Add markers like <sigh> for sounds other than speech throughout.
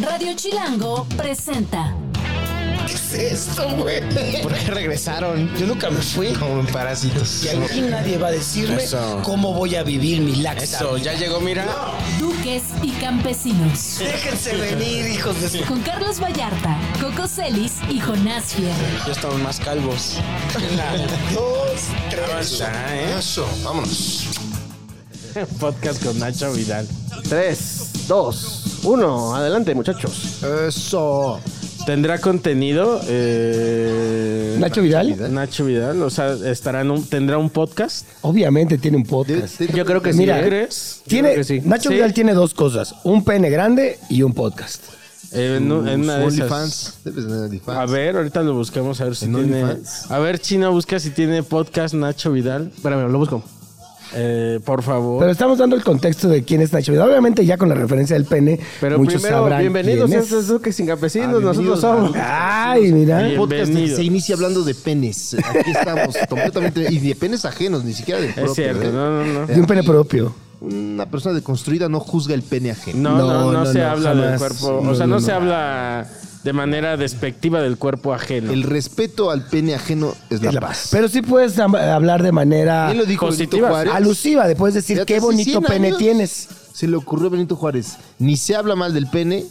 Radio Chilango presenta. ¿Qué es esto, güey? ¿Por qué regresaron? Yo nunca me fui. Como en parásitos. Y aquí nadie va a decirme Eso. cómo voy a vivir mi laxa. Eso, ya llegó, mira. Duques y campesinos. Déjense venir, hijos de su... Con Carlos Vallarta, Coco Celis y Jonás Fierro. Ya estamos más calvos. Dos, tres... Avanza, ¿eh? Eso, vámonos. Podcast con Nacho Vidal. 3, 2, 1. Adelante, muchachos. Eso. ¿Tendrá contenido? eh, Nacho Vidal, Nacho Vidal, o sea, estará en un, ¿tendrá un podcast? obviamente tiene un podcast. Yo creo que Mira, ¿Tú ¿eh? crees? Tiene, que sí. Nacho Sí. Vidal tiene dos cosas, un pene grande y un podcast. Eh, en, un- en una de esas. OnlyFans. Debes tener OnlyFans. A ver, ahorita lo buscamos a ver si ¿En tiene. OnlyFans? A ver, China busca si tiene podcast Nacho Vidal. Espérame, lo busco. Eh, por favor. Pero estamos dando el contexto de quién es Nacho Vidal. Obviamente ya con la referencia del pene, Pero muchos primero, sabrán bienvenidos. quién Es. es. Es Duques sin campesinos, Ah, nosotros bienvenidos, somos. Ay, mira. Bien. Un podcast que Bienvenido. se inicia hablando de penes. Aquí <laughs> estamos completamente. Y de penes ajenos, ni siquiera del propio. es cierto, ¿eh? no, no, no. De un pene propio. Una persona deconstruida no juzga el pene ajeno. No, no, no, No, no, se no, habla del jamás. cuerpo. o No, sea, no, no, se no. habla de manera despectiva del cuerpo ajeno. El respeto al pene ajeno es la, Es la- paz. Pero sí puedes am- hablar de manera ¿Quién lo dijo Positiva. Benito Juárez? alusiva, de puedes decir Ya qué casi bonito 100 pene años tienes. Se le ocurrió a Benito Juárez. Ni se habla mal del pene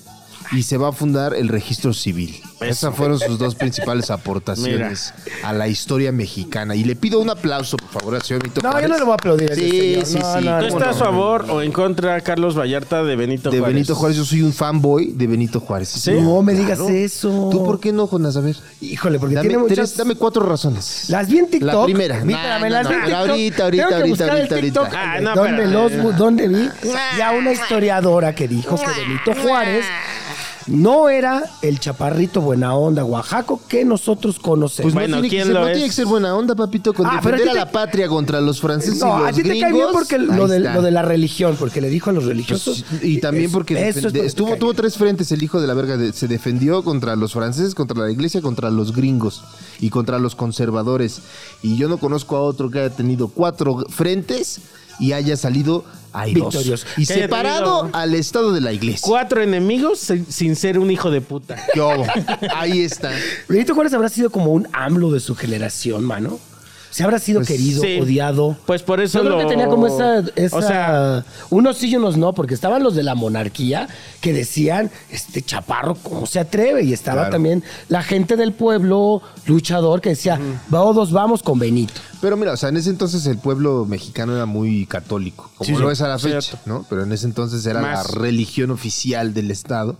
y se va a fundar el registro civil. Esas fueron sus dos principales aportaciones a la historia mexicana. Y le pido un aplauso, por favor, al señor Benito No, Juárez. yo no le voy a aplaudir a ese Sí, señor. sí, No, sí. no, ¿Tú no. ¿Cómo estás a favor o en contra, Carlos Vallarta, de Benito De Juárez? Benito Juárez, yo soy un fanboy de Benito Juárez. No me digas eso. ¿Tú por qué no, Jonas? A ver. Híjole, porque Dame, tiene muchas... tres- dame cuatro razones. Las vi en TikTok. La primera. Vi, No, espérame, no, las no, vi en pero TikTok. ahorita, Tengo ahorita, que ahorita, buscar el ahorita, TikTok. ahorita. Ah, no, ¿Dónde, espérame. los bu- dónde vi? Y a una historiadora que dijo que Benito Juárez no era el chaparrito buena onda oaxaco que nosotros conocemos. Pues Bueno, no tiene, que ¿quién ser, lo no es? tiene que ser buena onda, papito, con Ah, pero a defender a, ti la te- patria contra los franceses y no, los a ti te cae bien gringos. porque lo Ahí de, está. lo de la religión, porque le dijo a los religiosos. Pues, y también eh, Es- porque eso es defende- porque te estuvo cae tuvo bien. tres frentes el hijo de la verga de- se defendió contra los franceses contra la iglesia contra los gringos y contra los conservadores y yo no conozco a otro que haya tenido cuatro frentes y haya salido airoso Victorioso. y Que haya separado tenido- al estado de la iglesia Cuatro enemigos sin sin ser un hijo de puta. ¿Qué hubo? ahí está Benito Juárez habrá sido como un AMLO de su generación, mano. Se habrá sido querido, Pues sí. odiado. Pues por eso Yo creo lo- que tenía como esa, esa- O sea- unos sí y unos no, porque estaban los de la monarquía que decían, este chaparro, ¿cómo se atreve? Y estaba Claro. también la gente del pueblo luchador que decía, todos vamos con Benito. pero mira o sea en ese entonces el pueblo mexicano era muy católico como Sí, lo sí, es a la fecha cierto. no pero en ese entonces era Más. la religión oficial del estado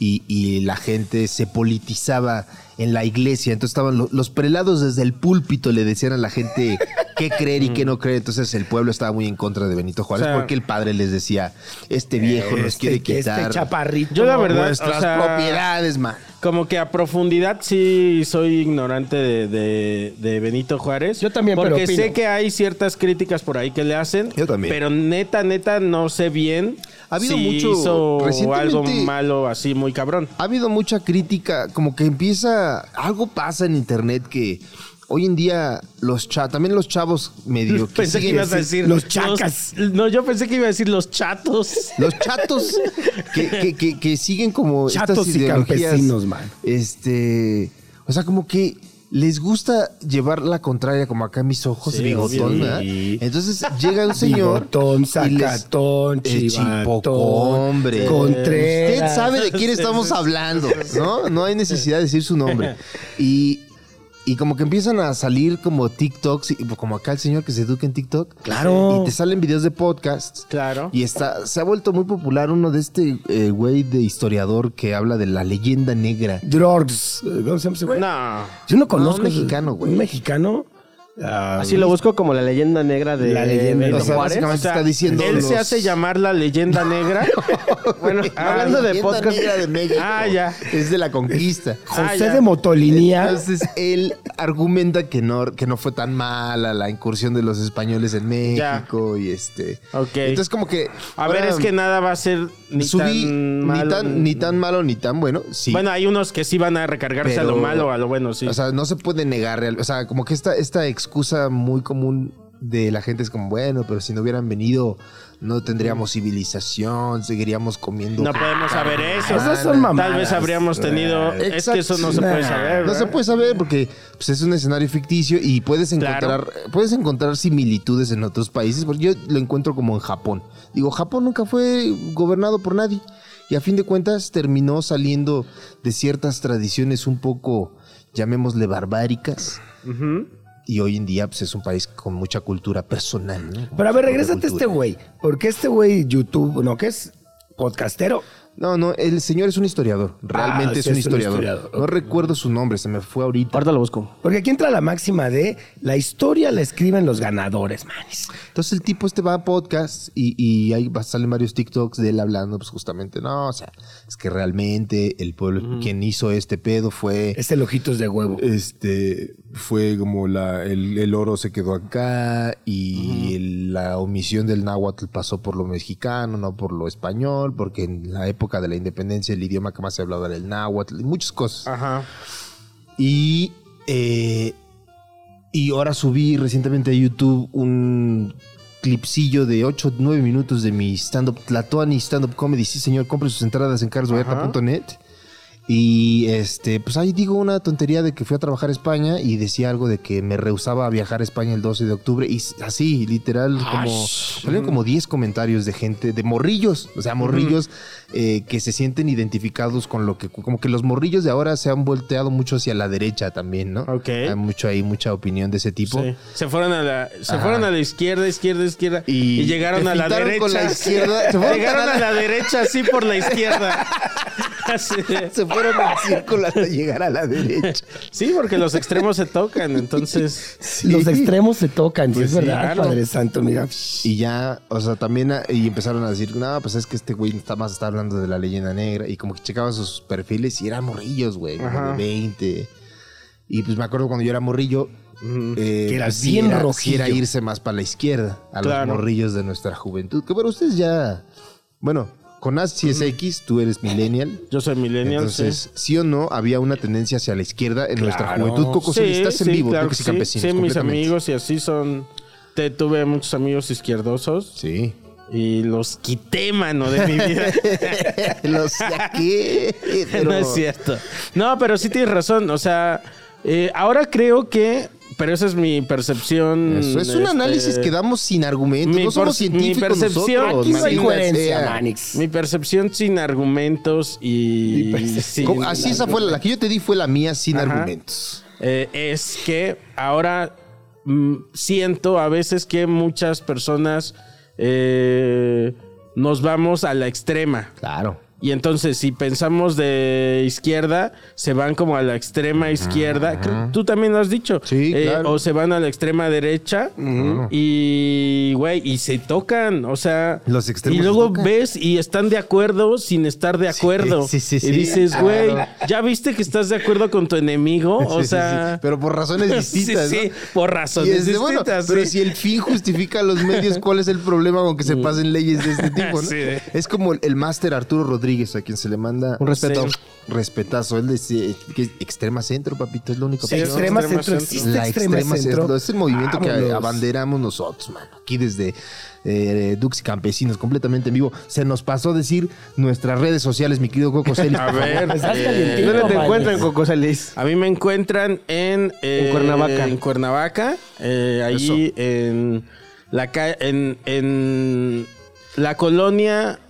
y, y la gente se politizaba en la iglesia. Entonces estaban lo- los prelados desde el púlpito le decían a la gente <laughs> qué creer y qué no creer. Entonces el pueblo estaba muy en contra de Benito Juárez Mm. O sea, porque el padre les decía, este viejo nos quiere Este- quitar Este chaparrito. Yo la verdad, nuestras o sea, propiedades, man. Como que a profundidad sí soy ignorante de, de- de Benito Juárez. Yo también, pero Porque opino. sé que hay ciertas críticas por ahí que le hacen. Yo también. Pero neta, neta, no sé bien Ha habido si mucho- hizo algo recientemente- malo así muy cabrón. ha habido mucha crítica, como que empieza, algo pasa en internet que hoy en día los chavos, también los chavos <laughs> <laughs> medio que pensé que siguen- ibas a decir los chacas. los- no, yo pensé que iba a decir los chatos. los chatos que, que- que- que siguen como Chatos estas y ideologías, campesinos, man. Este, o sea, como que les gusta llevar la contraria como acá mis ojos Sí, bigotón, sí. ¿verdad? Entonces llega un señor Bigotón, y les- sacatón, eh, Eh, chipoco, hombre. Contreras. Usted sabe de quién estamos hablando, ¿no? No hay necesidad de decir su nombre. Y, y como que empiezan a salir como TikToks, y como acá el señor que se educa en TikTok. Claro. Y te salen videos de podcasts. Claro. Y está, se ha vuelto muy popular uno de este eh, güey de historiador que habla de la leyenda negra. Drugs. ¿Cómo se llama ese güey? <laughs> No. Yo no conozco. un mexicano, güey. Un mexicano. ah, Ah, Así lo busco como la leyenda negra de La leyenda Benito O sea, Juárez. básicamente está diciendo. Él se los- hace llamar la leyenda negra. <laughs> <laughs> bueno, ah, La hablando de leyenda podcast. negra de México. Ah, ya. Es de la conquista. Ah, José ya. de Motolinía. Entonces él argumenta que no, que no fue tan mala la incursión de los españoles en México y este. Ok. Entonces, como que. A ver, ahora es que nada va a ser ni subí tan ni, malo, tan, ni tan malo ni tan bueno. Sí. Bueno, hay unos que sí van a recargarse a lo Pero- malo, a lo bueno, sí. O sea, no se puede negar. real- O sea, como que esta, esta excusa muy común de la gente es como, bueno, pero si no hubieran venido no tendríamos civilización, seguiríamos comiendo. No podemos saber eso. Esas son mamadas. Tal vez habríamos tenido. Es Exacto. que eso no se puede Nah. saber. No se puede saber porque pues, es un escenario ficticio y puedes encontrar, Claro. puedes encontrar similitudes en otros países. Porque yo lo encuentro como en Japón. Digo, Japón nunca fue gobernado por nadie. Y a fin de cuentas terminó saliendo de ciertas tradiciones un poco, llamémosle barbáricas. Y hoy en día pues, es un país con mucha cultura personal. ¿no? Pero a ver, Mucha regrésate a este cultura. güey. Porque este güey, YouTube, no, que es podcastero. No, no, el señor es un historiador. Realmente Ah, sí, es, un, historiador. No recuerdo su nombre, se me fue ahorita. Ahorita lo busco. Porque aquí entra la máxima de la historia la escriben los ganadores, manis. Entonces el tipo este va a podcast y, y ahí va- salen varios TikToks de él hablando, pues justamente, no, o sea, es que realmente el pueblo, quien hizo este pedo fue... Es el ojitos de huevo. Este fue como la el, el oro se quedó acá y el- la omisión del náhuatl pasó por lo mexicano, no por lo español, porque en la época de la independencia el idioma que más se hablaba era el náhuatl y muchas cosas. Ajá. Y, eh, y ahora subí recientemente a YouTube un clipsillo de 8 o 9 minutos de mi stand-up Tlatoani Stand-up Comedy. Sí, señor, compre sus entradas en carlsvallarta.net. Y este, pues ahí digo una tontería de que fui a trabajar a España y decía algo de que me rehusaba a viajar a España el 12 de octubre. Y s- así, literal, como. Salieron como 10 comentarios de gente, de morrillos, o sea, morrillos eh, que se sienten identificados con lo que. Como que los morrillos de ahora se han volteado mucho hacia la derecha también, ¿no? Ok. Hay mucho ahí, mucha opinión de ese tipo. Sí. Se fueron a la, se Ajá. fueron a la izquierda, izquierda, izquierda. Y, llegaron te a la pintaron derecha. con la izquierda. <laughs> Se fueron llegaron tan a la derecha, así por la <laughs> izquierda. Así. Se fueron en círculo hasta llegar a la derecha. Sí, porque los extremos se tocan, entonces. Los extremos se tocan, sí, Pues es sí, verdad, claro. Padre Santo, mira. Y ya, o sea, también ah, y empezaron a decir, no, pues es que este güey está más está hablando de la leyenda negra. Y como que checaban sus perfiles y eran morrillos, güey, como Ajá. de 20. Y pues me acuerdo cuando yo era morrillo, eh, Que eras pues, sí bien era, sí rojillo. era irse más para la izquierda, a Claro. los morrillos de nuestra juventud. Que bueno, ustedes ya, bueno, con As si es X, tú eres millennial. Yo soy millennial, sí. Entonces, sí o no, había una tendencia hacia la izquierda en nuestra juventud. Coco, Celis, estás en vivo, claro Toques y que sí. Campesinos, Sí, mis completamente. amigos y así son. Te tuve muchos amigos izquierdosos <laughs> Sí. y los quité, mano, de mi <laughs> vida. Lo saqué. pero- <laughs> No es cierto. No, pero sí tienes razón. O sea, eh, ahora creo que. Pero esa es mi percepción. Eso es un este, análisis que damos sin argumentos. mi No somos por- mi científicos percepción- nosotros. Aquí no hay maldita sea. coherencia, Manix. Mi percepción sin argumentos y. sin- ¿Cómo? Así esa fue la, la que yo te di fue la mía sin Ajá. argumentos. Eh, es que ahora mm, siento a veces que muchas personas eh, nos vamos a la extrema. Claro. Y entonces, si pensamos de izquierda, se van como a la extrema izquierda. Creo- Tú también lo has dicho. Eh, Sí, claro. O se van a la extrema derecha. Y, güey, y se tocan. O sea. Los extremos Y se luego tocan. ves y están de acuerdo sin estar de acuerdo. sí, sí, sí. Y dices, güey, Claro. ¿ya viste que estás de acuerdo con tu enemigo? <laughs> Sí, sí, O sí. sea. Pero por razones distintas. <laughs> Sí, sí, ¿no? por Y razones es de, bueno, distintas. pero sí. si el fin justifica los medios, ¿cuál es el problema con que se Mm. pasen leyes de este tipo? ¿no? <laughs> Sí. Es como el, el máster Arturo Rodríguez, a quien se le manda Un respeto. Sí. respetazo. Él dice que es extrema centro, papito, es lo único Sí, que extrema, extrema centro, centro. existe La extrema, centro. Es el movimiento que Vámonos. abanderamos nosotros, mano. Aquí desde eh, Dux y Campesinos, completamente en vivo. Se nos pasó decir nuestras redes sociales, mi querido <laughs> Coco Celis. A <laughs> ver. Estás eh, calientito, ¿Dónde te Manix. encuentran, Coco Celis? A mí me encuentran en, eh, Cuernavaca. En Cuernavaca. eh, ahí en la, ca- en, en la colonia.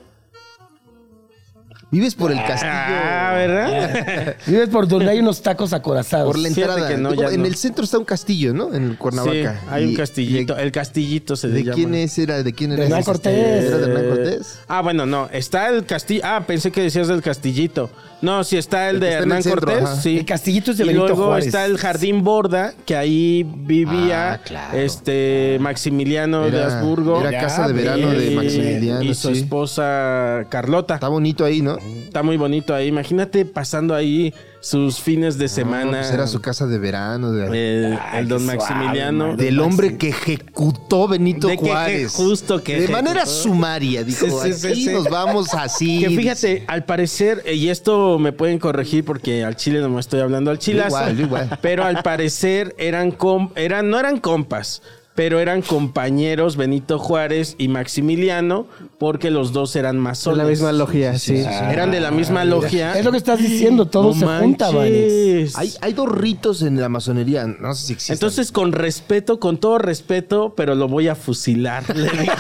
Vives por el castillo. Ah, ¿verdad? Vives por donde hay unos tacos acorazados. Por la Fíjate entrada. que no, Como ya en no. el centro está un castillo, ¿no? En Cuernavaca. Sí, hay Y- un castillito. ¿De, el castillito se le de llama. quién es? Era, ¿De quién era? De Hernán ese Cortés. castillo? ¿Era de Hernán Eh, Cortés? Ah, bueno, no. Está el castillo. Ah, pensé que decías del castillito. No, sí está el, El que de está en el Hernán centro, Cortés. ajá. sí. El castillito es de y Benito luego Juárez. está el Jardín Borda, que ahí vivía Ah, claro. Ah. este Maximiliano de Era- Habsburgo. era casa de verano de Maximiliano, Y su sí. esposa Carlota. Está bonito ahí, ¿no? Está muy bonito ahí. Imagínate pasando ahí sus fines de semana. Eh, Pues era su casa de verano. de- El, el don qué suave, Maximiliano. del hombre que ejecutó Benito De que- que Juárez. justo que de manera ejecutó. sumaria, dijo, Sí, sí, sí, aquí sí. nos vamos así. <laughs> Que fíjate, al parecer, eh, y esto me pueden corregir porque al chile no me estoy hablando al chilazo. <laughs> Yo igual, yo igual. Pero al parecer eran, com- eran no eran compas, pero eran compañeros Benito Juárez y Maximiliano, porque los dos eran Son masones. la misma logia, sí. Pues, Eran de la misma logia. Es lo que estás diciendo, todo No se junta, Vanes. manches. Hay, hay dos ritos en la masonería, no sé si existen. Entonces, con respeto, con todo respeto, pero lo voy a fusilar. <laughs> le dije.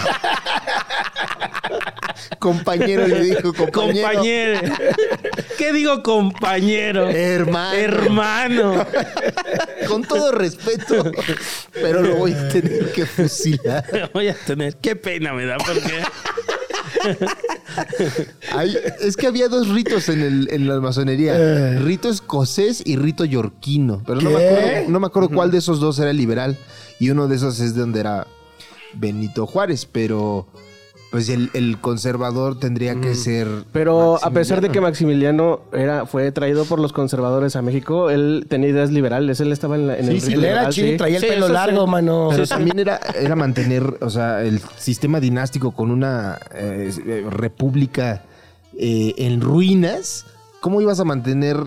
compañero le dijo, compañero. <laughs> compañero. ¿Qué digo compañero? <laughs> Hermano. Hermano. Con todo respeto, pero lo voy a tener que fusilar. Voy a tener. Qué pena me da porque. Hay- es que había dos ritos en, el- en la masonería: Eh. rito escocés y rito yorquino. Pero no me, ¿Qué? acuerdo, no me acuerdo cuál de esos dos era el liberal. Y uno de esos es donde era Benito Juárez. Pero pues el, el conservador tendría Mm. que ser. Pero a pesar de que Maximiliano era, fue traído por los conservadores a México, él tenía ideas liberales. Él estaba en, la- en el rito Él era liberal, chido, sí. traía el Sí, pelo eso sí. largo, mano. Pero también era, era mantener, o sea, el sistema dinástico con una eh, eh, república eh, en ruinas. ¿Cómo ibas a mantener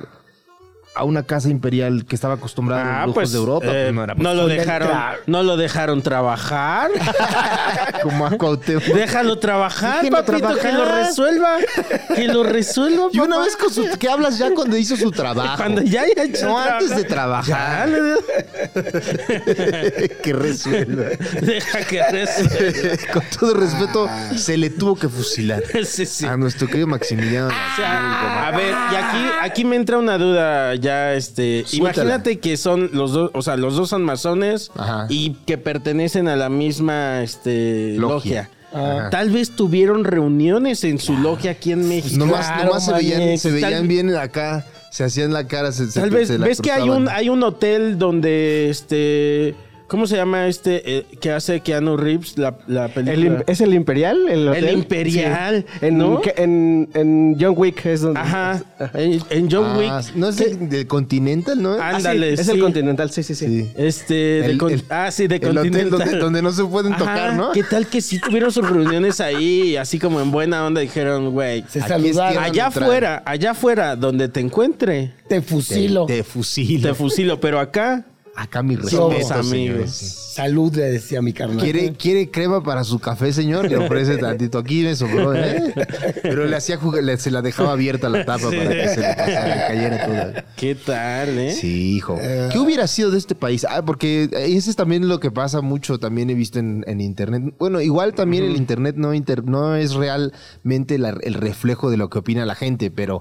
a una casa imperial que estaba acostumbrada a los Ah, lujos pues, de Europa? eh, Pues no no, era lo posible. dejaron, Tra- no lo dejaron trabajar. <laughs> Como a Cuauhtémoc. Déjalo trabajar, Déjenlo papito, que lo trabajar. resuelva. Que lo resuelva. <laughs> Y una papá. vez con su, que hablas ya cuando hizo su trabajo. Cuando ya haya hecho no el antes de trabajo, trabajar. <laughs> que resuelva. <laughs> Deja que resuelva. <laughs> con todo respeto, se le tuvo que fusilar Sí, <laughs> sí. a nuestro querido Maximiliano. O sea, a ver, y aquí, aquí me entra una duda ya, este, Suéltala. imagínate que son los dos, o sea, los dos son masones Ajá. y que pertenecen a la misma, este, Logia. logia. Ajá. Ah. Tal vez tuvieron reuniones en su logia aquí en México. Nomás, Pues Claro, nomás se veían, Manex, se veían tal- bien acá, se hacían la cara, se, se- Tal se vez, la ves que hay un, cruzaban. hay un hotel donde, este, ¿cómo se llama este eh, que hace Keanu Reeves la, la El película? im- ¿Es el Imperial? El, hotel? Imperial, Sí. En, ¿no? que- en, en John Wick es donde. Ajá, en, en John Ah, Wick. No es del, del Continental, ¿no? Ah, Ah, sí, Ándale, es sí. el Continental, sí, sí, sí. Sí. Este, de El- con- el- ah, sí, de el hotel Continental. donde- donde no se pueden Ajá, tocar, ¿no? ¿Qué tal que sí tuvieron sus reuniones ahí y así como en buena onda dijeron, güey, Se Aquí saludaron. es allá neutral. afuera, allá afuera, donde te encuentre, Te Te- fusilo. Te fusilo. te fusilo, pero acá Acá mi respeto, Somos señores. amigos. Sí. Salud, le decía mi carnal. ¿Quiere, ¿Quiere crema para su café, señor? Le ofrece tantito. Aquí me sobró, ¿eh? Pero le hacía jugar- le- se la dejaba abierta la tapa para que se le pasara, le cayera toda. ¿Qué tal, eh? Sí, hijo. ¿Qué hubiera sido de este país? Ah, porque eso es también lo que pasa mucho, también he visto en, en internet. Bueno, igual también el internet no, inter- no es realmente la- el reflejo de lo que opina la gente, pero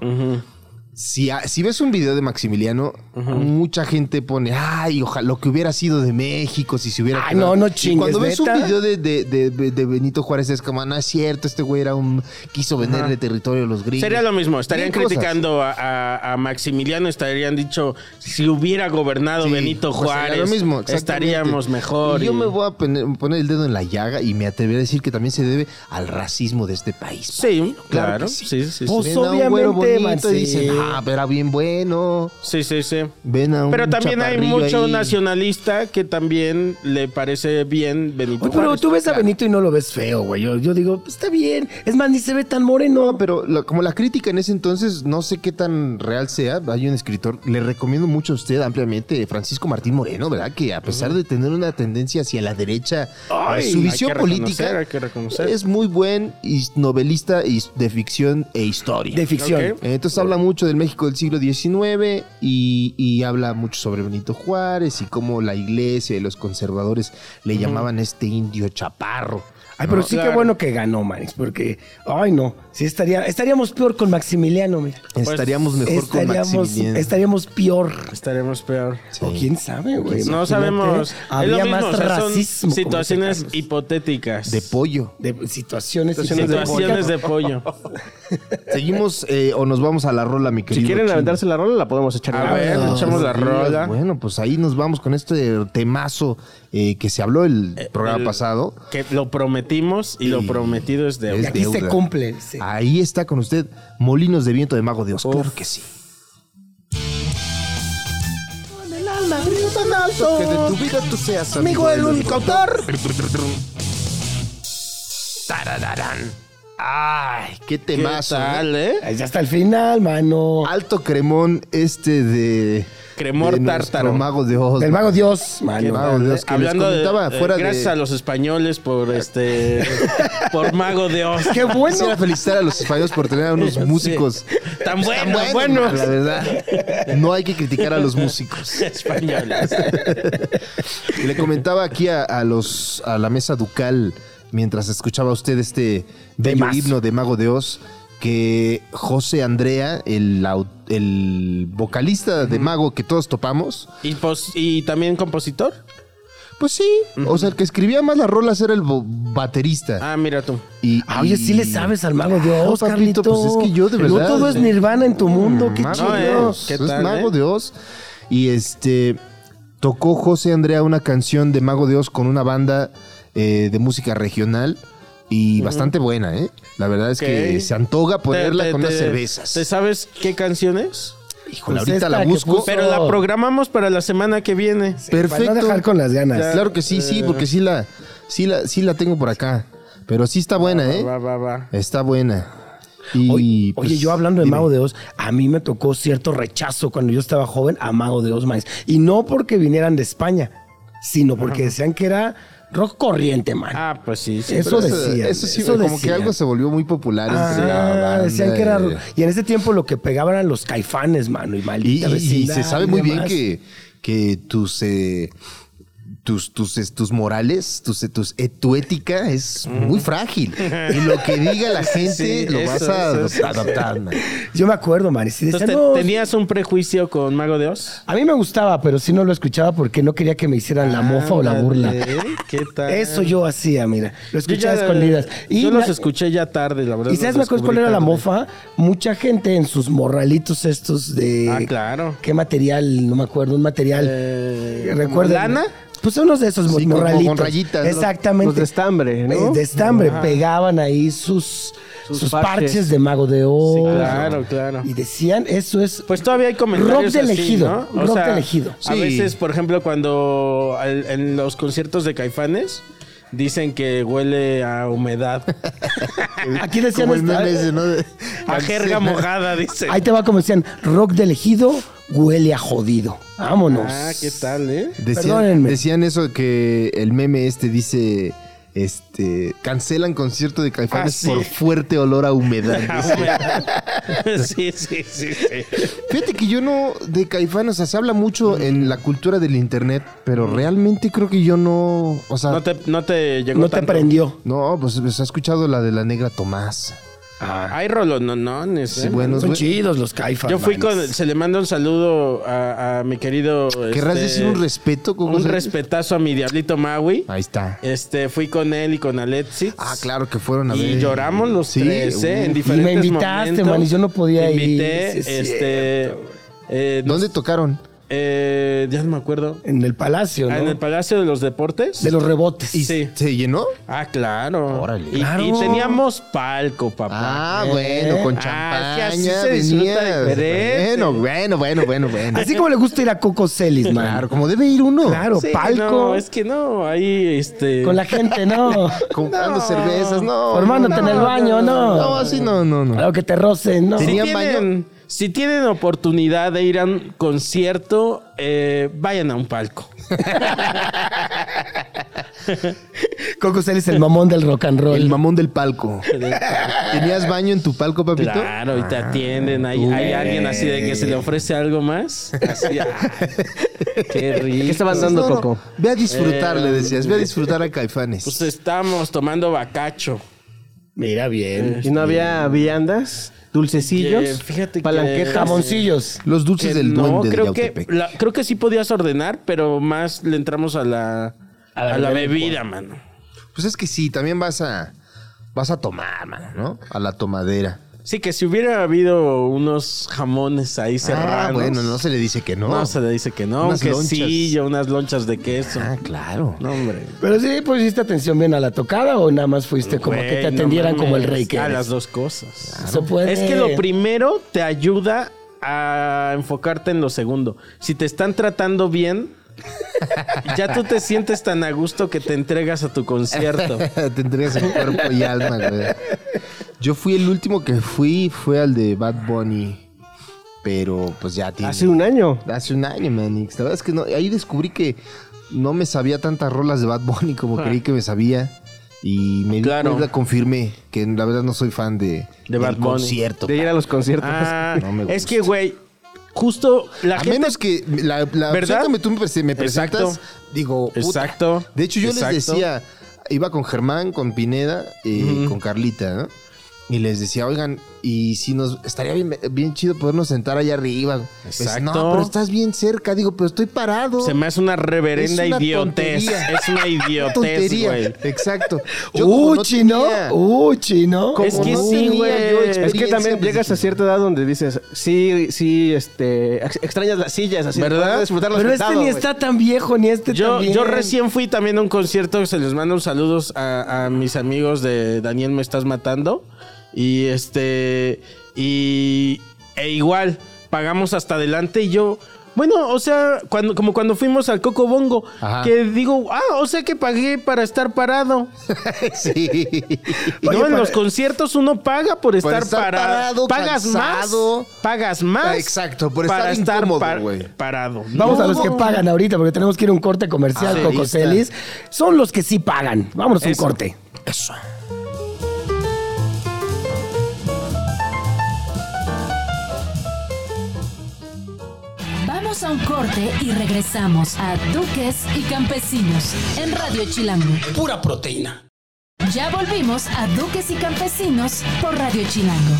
si, a- si ves un video de Maximiliano, mucha gente pone, ay, ojalá lo que hubiera sido de México si se hubiera... Ay, quedado". no, no Y chingues, Cuando ves un ¿neta? video de, de- de- de Benito Juárez es como, "Ah, no es cierto, este güey era un... quiso venderle territorio a los gringos. Sería lo mismo, estarían Mil cosas. criticando a, a- a Maximiliano, estarían dicho, si hubiera gobernado Sí, Benito pues, sería Juárez, lo mismo, exactamente. estaríamos mejor. Y yo y- me voy a poner, poner el dedo en la llaga y me atrevería a decir que también se debe al racismo de este país. Sí, Claro claro, que sí. sí, sí, sí. Pues, Ven a un obviamente, güero bonito Maxi. y dicen, ah, pero era bien bueno. sí, sí, sí. Ven a un Pero también hay chaparrillo mucho ahí. nacionalista que también le parece bien Benito Oye, pero Juárez. este tú ves a Benito y no lo ves feo, güey. Yo, yo digo, pues, está bien. Es más, ni se ve tan moreno. No, pero la- como la crítica en ese entonces, no sé qué tan real sea, hay un escritor, le recomiendo mucho a usted ampliamente, Francisco Martín Moreno, ¿verdad? Que a pesar de tener una tendencia hacia la derecha, eh, Ay, su hay visión que reconocer, política hay que reconocer. es muy buen his- novelista his- de ficción e historia. De ficción. Ok. Entonces habla mucho del México del siglo XIX y, y habla mucho sobre Benito Juárez y cómo la iglesia y los conservadores le llamaban este indio chaparro. Ay, pero sí que Claro. bueno que ganó, Manis, porque, ay, no. Sí, estaría, estaríamos peor con Maximiliano, mira. Estaríamos mejor con estaríamos, Maximiliano. estaríamos peor. Estaremos peor. O quién sabe, güey. No Imagínate, sabemos. Había es lo mismo, más o sea, son racismo. como este situaciones dice Carlos. hipotéticas. De pollo. de situaciones, situaciones de pollo. ¿Seguimos eh, o nos vamos a la rola, mi <laughs> querido? Si quieren Chino? aventarse la rola, la podemos echar. A ver, Ah, echamos la Dios, rola. Bueno, pues ahí nos vamos con este temazo eh, que se habló el programa el- pasado. Que lo prometimos y lo prometido es es de... Y aquí se deuda. Ah. cumple. sí. Ahí está con usted Molinos de Viento de Mago Dios. Claro que sí. Que de tu vida tú seas amigo del único autor. Ay, qué temazo. ¿eh? tal, eh? Ahí Ya está el final, mano. Alto cremón este de... Cremor de nuestro tártaro. mago de ojos. Del mago Dios, Qué mano. mago de Oz, Ah, que les Hablando de, comentaba eh, fuera gracias de... a los españoles <laughs> por este por mago de Oz. Qué bueno. Quisiera felicitar a los españoles por tener a <laughs> unos músicos Tan tan bueno, buenos, bueno. La verdad, no hay que criticar a los músicos. Españoles. Y le comentaba aquí a, a los a la mesa ducal mientras escuchaba usted este bello Temazo. himno de Mago de Oz que José Andrea, el, au- el vocalista de Mago que todos topamos, Y, pos- y también compositor. pues sí, o sea, el que escribía más las rolas era el bo- baterista. Ah, mira tú. Y, Ah, Oye, sí le y- sabes al mago Dios, Dios, Carlito. Carlito, Ah, pues es que yo de No verdad- este, eh. Mm, todo es nirvana en tu mundo, qué Mago chido. eh. Dios, ¿Qué es tal, Mago eh? de Oz. Y este tocó José Andrea una canción de Mago de Oz con una banda eh, de música regional y bastante buena, ¿eh? La verdad es que Ok. se antoja ponerla Te- te- con unas te- cervezas. ¿Te sabes qué canción es? Híjole, Pues ahorita esta la que busco. puso- Pero la programamos para la semana que viene. Perfecto. Para no dejar con las ganas. Ah, Claro que sí, sí, Eh. porque sí la, sí la, sí la tengo por acá. Pero sí está buena, ¿eh? Va, va, va. Está buena. Y, Oye, pues, oye, yo hablando de dime. Mago de Oz, a mí me tocó cierto rechazo cuando yo estaba joven a Mago de Oz, maíz. Y no porque vinieran de España, sino porque decían que era rock corriente, man. Ah, pues sí. sí. Eso Pero decían, Eso sí, eso como que decían. algo se volvió muy popular. entre la Ah, banda, decían que era. eh. Y en ese tiempo lo que pegaban eran los caifanes, mano, y Y, maldita y- y vecindad se sabe y muy bien demás. que, que tus, eh, tus, tus, es- tus morales, tus, tus, eh, tu ética es muy frágil. Y lo que diga la gente <laughs> Sí, lo eso, vas a eso, adop- eso, adoptar. man. Yo me acuerdo, man. y sí Entonces, decían, ¿te- "No, ¿tenías un prejuicio con Mago de Oz? A mí me gustaba, pero sí no lo escuchaba porque no quería que me hicieran la mofa o la burla. Ándale, ¿Qué tal? Eso yo hacía, mira. Lo Yo escuchaba ya- escondidas. Y yo los la- escuché ya tarde, la verdad. ¿Y sabes los me acuerdo cuál descubrí era la mofa? tarde. Mucha gente en sus morralitos estos de... Ah, claro. ¿Qué material? No me acuerdo, un material... Eh, ¿Recuerdan? ¿Lana? Pues unos de esos Sí, como con morralitos. rayitas, ¿no? Exactamente. Los de estambre, Eh, ¿no? De estambre. Pegaban ahí sus, sus, Sus parches. parches de Mago de Oz. claro, claro. Y decían, eso es... Pues todavía hay comentarios Rock de así, elegido, ¿no? rock de elegido. A Sí. veces, por ejemplo, cuando al- en los conciertos de Caifanes dicen que huele a <laughs> humedad, <laughs> Aquí decían... Como el esta- meme ese, ¿no? De- a jerga mojada, dicen. Ahí te va como decían, rock de elegido huele a jodido. Vámonos. ah, ¿qué tal, eh? Decían, Perdónenme. decían eso que el meme este dice... Este, cancelan concierto de Caifanes Ah, sí. por fuerte olor a <laughs> humedad. A humedad. <laughs> sí, sí, sí, sí. Fíjate que yo no, de Caifanes, o sea, se habla mucho en la cultura del internet, pero realmente creo que yo no, o sea, No te, no te llegó No te tanto. prendió. No, pues, pues, ha escuchado la de la negra Tomás. Hay rolononones, Sí, eh. buenos, Son güey. chidos los caifas. Yo fui con, manes. se le manda un saludo a, a mi querido. este, ¿Querrás decir un respeto? ¿Cómo Un se- respetazo a mi diablito Maui. Ahí está. Este, fui con él y con Alexis. Ah, claro que fueron a y ver. lloramos los tres, ¿eh? En diferentes Y me invitaste, momentos. man, y yo no podía Te ir. invité, Sí, es este... eh, ¿Dónde tocaron? eh, ya no me acuerdo. En el palacio, ¿no? Ah, en el Palacio de los Deportes. De los rebotes. Y- Sí. ¿Se llenó? Ah, claro. Órale. Y, Claro. y teníamos palco, papá. Ah, bueno, con Ah, champaña. es que así se disfruta venías. diferente. Bueno, bueno, bueno, bueno, bueno. Así como le gusta ir a Coco Celis, man. Claro, como debe ir uno. Claro, Sí, palco. No, es que no, ahí este... Con la gente, <laughs> no. Comprando cervezas, no. Formándote en el baño, no. No, así no, no, no. Claro que te rocen, ¿no? Si ¿Tenían tienen, si tienen oportunidad de ir a un concierto, eh, vayan a <laughs> un palco. Coco Celis, el mamón del rock and roll. El mamón del palco. ¿Tenías baño en tu palco, papito? Claro, y te atienden. Hay, hay alguien así de que se le ofrece algo más. <laughs> Así, ah, qué rico. ¿Qué estabas No, dando, Pues no. Coco? Ve a disfrutar, Eh, le decías. Ve a disfrutar a Caifanes. Pues estamos tomando bacacho. Mira Eh, bien. ¿Y no había viandas? ¿Dulcecillos? Que, Este. Eh, fíjate que- palanquejas. Jamoncillos. Los dulces Que Pues del Eh, no, duende de creo que, Yautepec. la- creo que sí podías ordenar, pero más le entramos a la, a la, bebida, mano. Pues es que sí, también vas a vas a tomar, mano, ¿no? A la tomadera. Sí, que si hubiera habido unos jamones ahí Ah, serranos. bueno, no se le dice que no. no se le dice que no. Unas un lonchas. quesillo, unas lonchas de queso. Ah, claro. <laughs> No, hombre. Pero sí, pusiste atención bien a la tocada o nada más fuiste como que Güey, te no atendieran como el mames. rey que A eres? las dos cosas. Se puede. Es que lo primero te ayuda a enfocarte en lo segundo. Si te están tratando bien, ya tú te sientes tan a gusto que te entregas a tu concierto. Te entregas el cuerpo y alma, güey. Yo fui el último que fui, fue al de Bad Bunny. Pero pues ya tiene. Hace un año. Hace <laughs> un año, Manix. La verdad es que no, ahí descubrí que no me sabía tantas rolas de Bad Bunny como creí que me sabía. Y me di Ah. Claro. cuenta, confirmé que la verdad no soy fan de, De Bad del Bunny. concierto. De ir a los conciertos. <laughs> Ah, No me gusta. es que, güey, justo la a gente. menos que la, la ¿Verdad? opción que me, tú me prese- me presentas, Exacto. digo, puta. Exacto. De hecho, yo Exacto. les decía, iba con Germán, con Pineda y con Carlita, ¿no? Y les decía, oigan, y si nos estaría bien, bien chido podernos sentar allá arriba. Pues, Exacto. no, pero estás bien cerca. Digo, pero estoy parado. Se me hace una reverenda Es una idiotez. tontería. <laughs> Es una idiotez, tontería. güey. <laughs> Exacto. Yo como Uh, no chino. tenía- Uh, chino. Como Es que no sí, tenía yo güey. Es eh, Es que experiencia, también pues, llegas a dije, cierta edad donde dices, sí, sí, este, ex- extrañas las sillas, así, ¿Verdad? puedes disfrutar los Pero este ni está tan viejo, ni este Yo, también. yo recién fui también a un concierto, se les mando un saludos a, a mis amigos de Daniel Me Estás Matando. Y este. Y. E igual, pagamos hasta adelante y yo. Bueno, o sea, cuando, como cuando fuimos al Coco Bongo, Ajá. que digo, ah, o sea que pagué para estar parado. <laughs> sí. no, en los conciertos uno paga por estar, pues, estar parado. parado, Pagas cansado. más. Pagas más. Ah, exacto, por para estar incómodo, par- güey. parado. Vamos a los No. que pagan ahorita, porque tenemos que ir a un corte comercial, Ah, Coco lista. Celis. Son los que sí pagan. Vámonos a un Eso. corte. Vamos a un corte y regresamos a Duques y Campesinos en Radio Chilango. Pura proteína. Ya volvimos a Duques y Campesinos por Radio Chilango.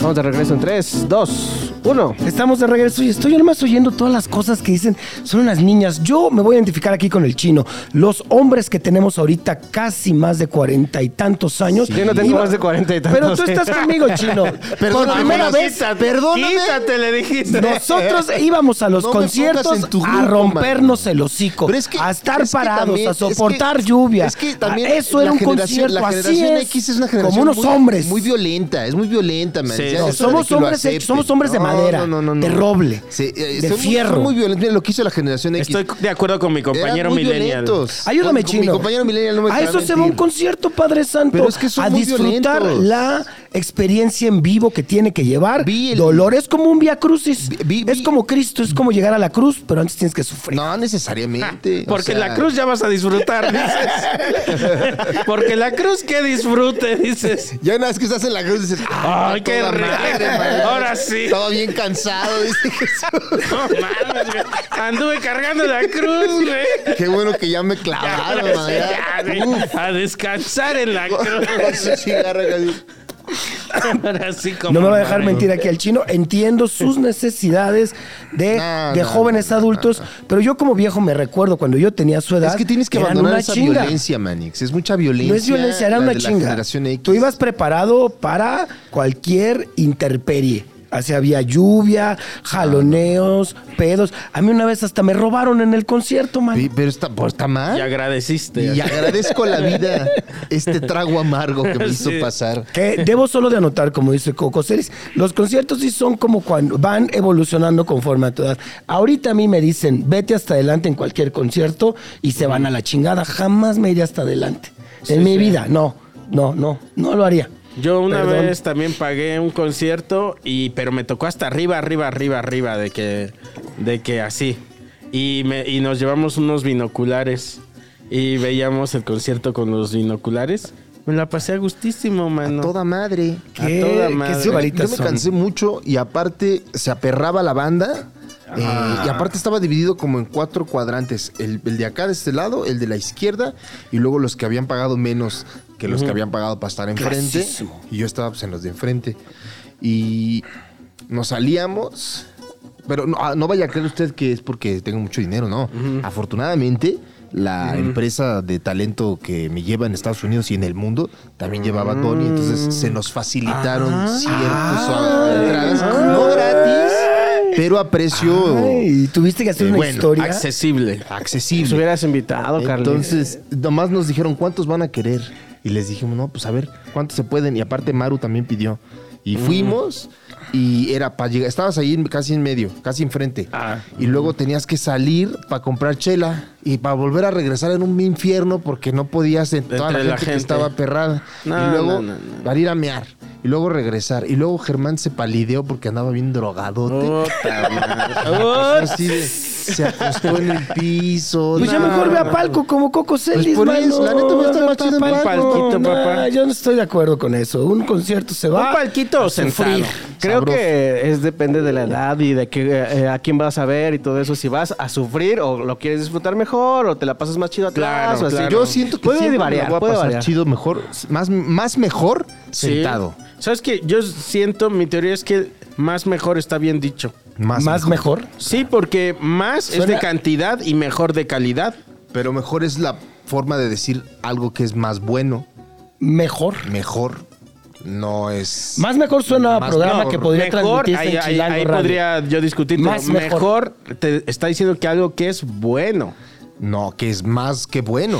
Vamos de regreso en 3, 2, 1. Estamos de regreso y estoy nomás oyendo todas las cosas que dicen. Son unas niñas. Yo me voy a identificar aquí con el chino. Los hombres que tenemos ahorita casi más de cuarenta y tantos años. Yo no tengo Iba- más de 40 y tantos. Pero tú estás conmigo, <laughs> chino. Por Perdóname, primera no, vez, quítate, perdóname. Quítate, le <laughs> dijiste. nosotros íbamos a los No me conciertos pongas en tu a grupo, rompernos mano. el hocico, Pero es que- a estar es que parados, también- a es que- soportar lluvia. Es que también A- eso era la un generación- concierto, La así generación es. X es una generación como unos muy- hombres. muy violenta, es muy violenta, man. Sí. Ya No, es hora somos de que lo hombres hechos- acepten. eh, somos hombres de madera, de roble, de son muy- fierro. son Muy, violentos. Mira lo que hizo la generación X. Estoy de acuerdo con mi Eran compañero muy millennial. violentos. Ayúdame, Con- con chino. Mi compañero millennial no me a dejará eso se va un mentir. concierto, Padre Santo. Pero es que son a muy disfrutar violentos. la experiencia en vivo que tiene que llevar. Vi el- Dolor es como un via crucis. Vi- vi- es vi- como Cristo, es como llegar a la cruz, pero antes tienes que sufrir. No necesariamente. Ah, o Ah, Porque sea, la cruz ya vas a disfrutar, <laughs> dices. Porque la cruz que disfrute, dices. Ya una vez que estás en la cruz dices, "Ah, Ay, qué toda rico. man. Ahora sí. Estaba bien cansado, dice Jesús. <laughs> No mames, güey. Anduve cargando la cruz, güey. Qué bueno que ya me Ahora clavaron, sí, man. <laughs> ya, güey. A descansar en la Con cruz. su cigarro casi. Ahora sí, como No me va a dejar mames. mentir aquí al chino. Entiendo sus <laughs> necesidades de, No, de no, jóvenes no, no, adultos, pero yo como viejo me recuerdo cuando yo tenía su edad. Es que tienes que eran abandonar una esa chinga. violencia, Manix. Es mucha violencia. No es violencia, era la una de la chinga. generación X. Tú ibas preparado para cualquier interperie. Así había lluvia, jaloneos, pedos. A mí una vez hasta me robaron en el concierto, man. Pi- Pero está, pues, está mal. Y agradeciste. Y agradezco a la vida este trago amargo que <laughs> me hizo Sí. pasar. Que debo solo de anotar, como dice Coco Celis, los conciertos sí son como cuando van evolucionando conforme a tu edad. Ahorita a mí me dicen, vete hasta adelante en cualquier concierto y se van a la chingada. Jamás me iré hasta adelante. en mi vida, no, no, no, no lo haría. Yo una Perdón. vez también pagué un concierto y pero me tocó hasta arriba, arriba, arriba, arriba de que de que así. Y me y nos llevamos unos binoculares y veíamos el concierto con los binoculares. Me la pasé a gustísimo, mano. Toda madre. A toda madre. Yo, varitas yo me son. cansé mucho y aparte se aperraba la banda. eh, y aparte estaba dividido como en cuatro cuadrantes. El, el de acá de este lado, el de la izquierda y luego los que habían pagado menos que los que habían pagado para estar enfrente. Clasísimo. Y yo estaba pues, en los de enfrente. Y nos salíamos. Pero no, ah, no vaya a creer usted que es porque tengo mucho dinero, no. Afortunadamente, la empresa de talento que me lleva en Estados Unidos y en el mundo también lleva a Bad Bunny, entonces se nos facilitaron ciertas entradas. No gratis, pero a precio Ay, tuviste que hacer Eh, una bueno, historia. accesible. Nos accesible. hubieras invitado, Carlos. Entonces, nomás nos dijeron cuántos van a querer. Y les dijimos, no, pues a ver, cuántos se pueden. Y aparte, Maru también pidió. Y fuimos y era para llegar. Estabas ahí en- casi en medio, casi enfrente. Ah. Y luego tenías que salir para comprar chela y para volver a regresar en un infierno porque no podías en toda la Entre gente, la que gente. estaba perrada. No, y luego no, no, no. para ir a mear. Y luego regresar. Y luego Germán se palideó porque andaba bien drogadote. Oh. Puta madre. Así de- se acostó en el piso. Pues ya No, mejor ve a no, Palco como Coco Celis, Pues por mano. eso, la neta, hubiera estado más chido en Palco, Palquito, nah, papá. yo no estoy de acuerdo con eso. Un concierto se va. Un palquito a sentado. sufrir. Creo Sabroso. que es depende de la edad y de que, a quién vas a ver y todo eso. Si vas a sufrir o lo quieres disfrutar mejor o te la pasas más chido atrás. Claro, o así. claro. Yo siento que puede siempre variar, me la voy a puede pasar variar. chido mejor, más, más mejor Sí. sentado. ¿Sabes qué? Yo siento, mi teoría es que más mejor está bien dicho. Más, Más mejor. mejor. Sí, porque más es Suena- de cantidad y mejor de calidad. Pero mejor es la forma de decir algo que es más bueno, Mejor. mejor. No es. Más mejor suena a Más programa mejor. que podría mejor, transmitirse ahí, en ahí- Chilango ahí Radio. podría yo discutir. Más mejor. mejor te está diciendo que algo que es bueno. No, que es más que bueno.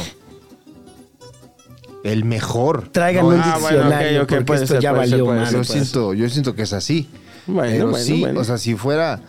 El mejor. Traigan No, un ah, bueno, diccionario ok, ok, porque puede esto ser, ya puede ser, valió, puede mano. ser. yo, siento, yo siento que es así. Bueno, Pero bueno, sí, bueno. o sea, si fuera,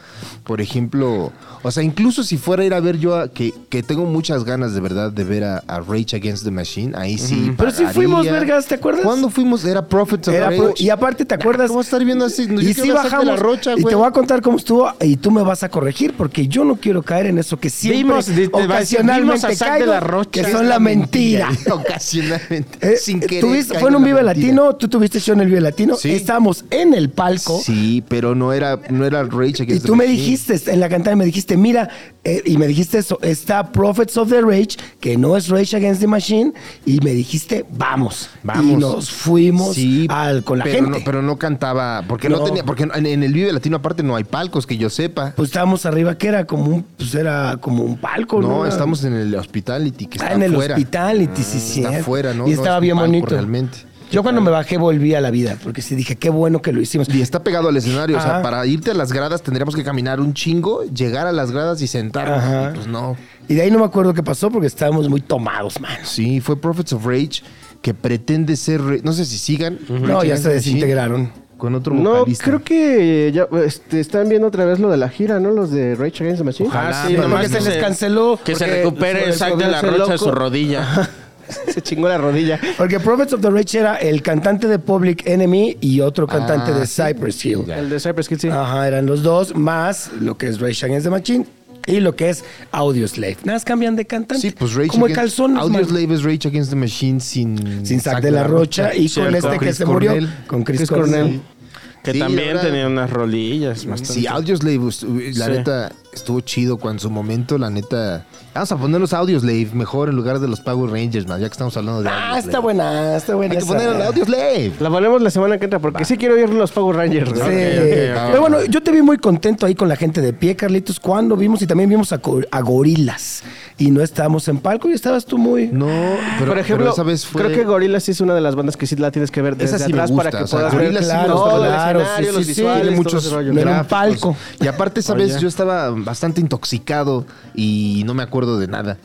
por ejemplo, o sea, incluso si fuera a ir a ver yo, a- que, que tengo muchas ganas de verdad de ver a, a Rage Against the Machine, ahí sí. Pero sí pagaría. fuimos, vergas, ¿te acuerdas? ¿Cuándo fuimos? Era Prophets of Era Rage. pro- y aparte, ¿te acuerdas? ¿Cómo estar viendo así? Yo y quiero sí hacerte bajamos. la rocha, y güey. te voy a contar cómo estuvo y tú me vas a corregir porque yo no quiero caer en eso que siempre Vimos, te- te va a decir, ocasionalmente vimos a Zac caigo, de la Rocha. que son la mentira. <laughs> Ocasionalmente. Eh, sin querer. tuviste- caigo fue en un la Vive mentira. Latino, tú tuviste show en el Vive Latino, Sí. estábamos en el palco. Sí, pero no era, no era Rage Against Y the tú me Machine. dijiste, en la cantada me dijiste, mira, eh, y me dijiste eso, está Prophets of the Rage, que no es Rage Against the Machine, y me dijiste, vamos. Vamos. Y nos fuimos Sí, al- con la pero gente. No, pero no cantaba, porque no, No. tenía, porque en, en el Vive Latino aparte no hay palcos que yo sepa. Pues estábamos arriba, que era como un, pues era como un palco, no, ¿no? Era- estamos en el Hospitality que está Ah, en el fuera. hospital, y te- sí, Está cierto. fuera, ¿no? Y No estaba es un bien palco bonito. realmente. Yo cuando me bajé volví a la vida, porque sí dije, qué bueno que lo hicimos. Y está pegado al escenario, o Ajá. sea, para irte a las gradas tendríamos que caminar un chingo, llegar a las gradas y sentarnos. Ajá. Y pues no. Y de ahí no me acuerdo qué pasó porque estábamos muy tomados, man. Sí, fue Prophets of Rage que pretende ser, re- no sé si sigan. No, Rage ya Against se the Machine, desintegraron. Con otro No, vocalista. creo que ya este, están viendo otra vez lo de la gira, ¿no? Los de Rage Against the Machine. Ojalá, Ah, pero nomás porque se les canceló, Que se porque recupere el el sac de gobierno la rocha loco. de su rodilla. Se chingó la rodilla. Porque Prophets of the Rage era el cantante de Public Enemy y otro cantante Ah, de sí. Cypress Hill. El de Cypress Kids, sí. Ajá, eran los dos, más lo que es Rage Against the Machine y lo que es Audio Slave. Nada más cambian de cantante. Sí, pues Rage Como el Against- calzón. Audio Slave es Rage Against the Machine sin... Sin Zac Zac de la Rocha y Cierto. con este que Chris se murió, Cornell. con Chris, Chris Cornell. Cornell. Que Sí, también ahora- tenía unas rodillas. bastante. Sí, Audioslave, estu- la Sí. neta, estuvo chido cuando en su momento, la neta. Vamos a poner los Audioslave mejor en lugar de los Power Rangers, man, ya que estamos hablando de. Ah, Audioslave. está buena, está buena. Hay que esa. poner el Audioslave. ah, La ponemos la semana que entra porque sí quiero ir los Power Rangers. Sí. ¿no? Pero bueno, yo te vi muy contento ahí con la gente de pie, Carlitos, cuando vimos y también vimos a, co- a gorilas y no estábamos en palco y estabas tú muy... No, pero, Por ejemplo, pero esa vez fue. creo que Gorillaz sí es una de las bandas que sí la tienes que ver desde Esa sí me atrás gusta, para que o sea, puedas ver Gorillaz sí me claro, gusta, todo el claro, escenario, sí, los sí, sí, visuales, tiene todo muchos ese rollo. no era un gráficos. palco. Y aparte, esa vez yo estaba bastante intoxicado y no me acuerdo de nada.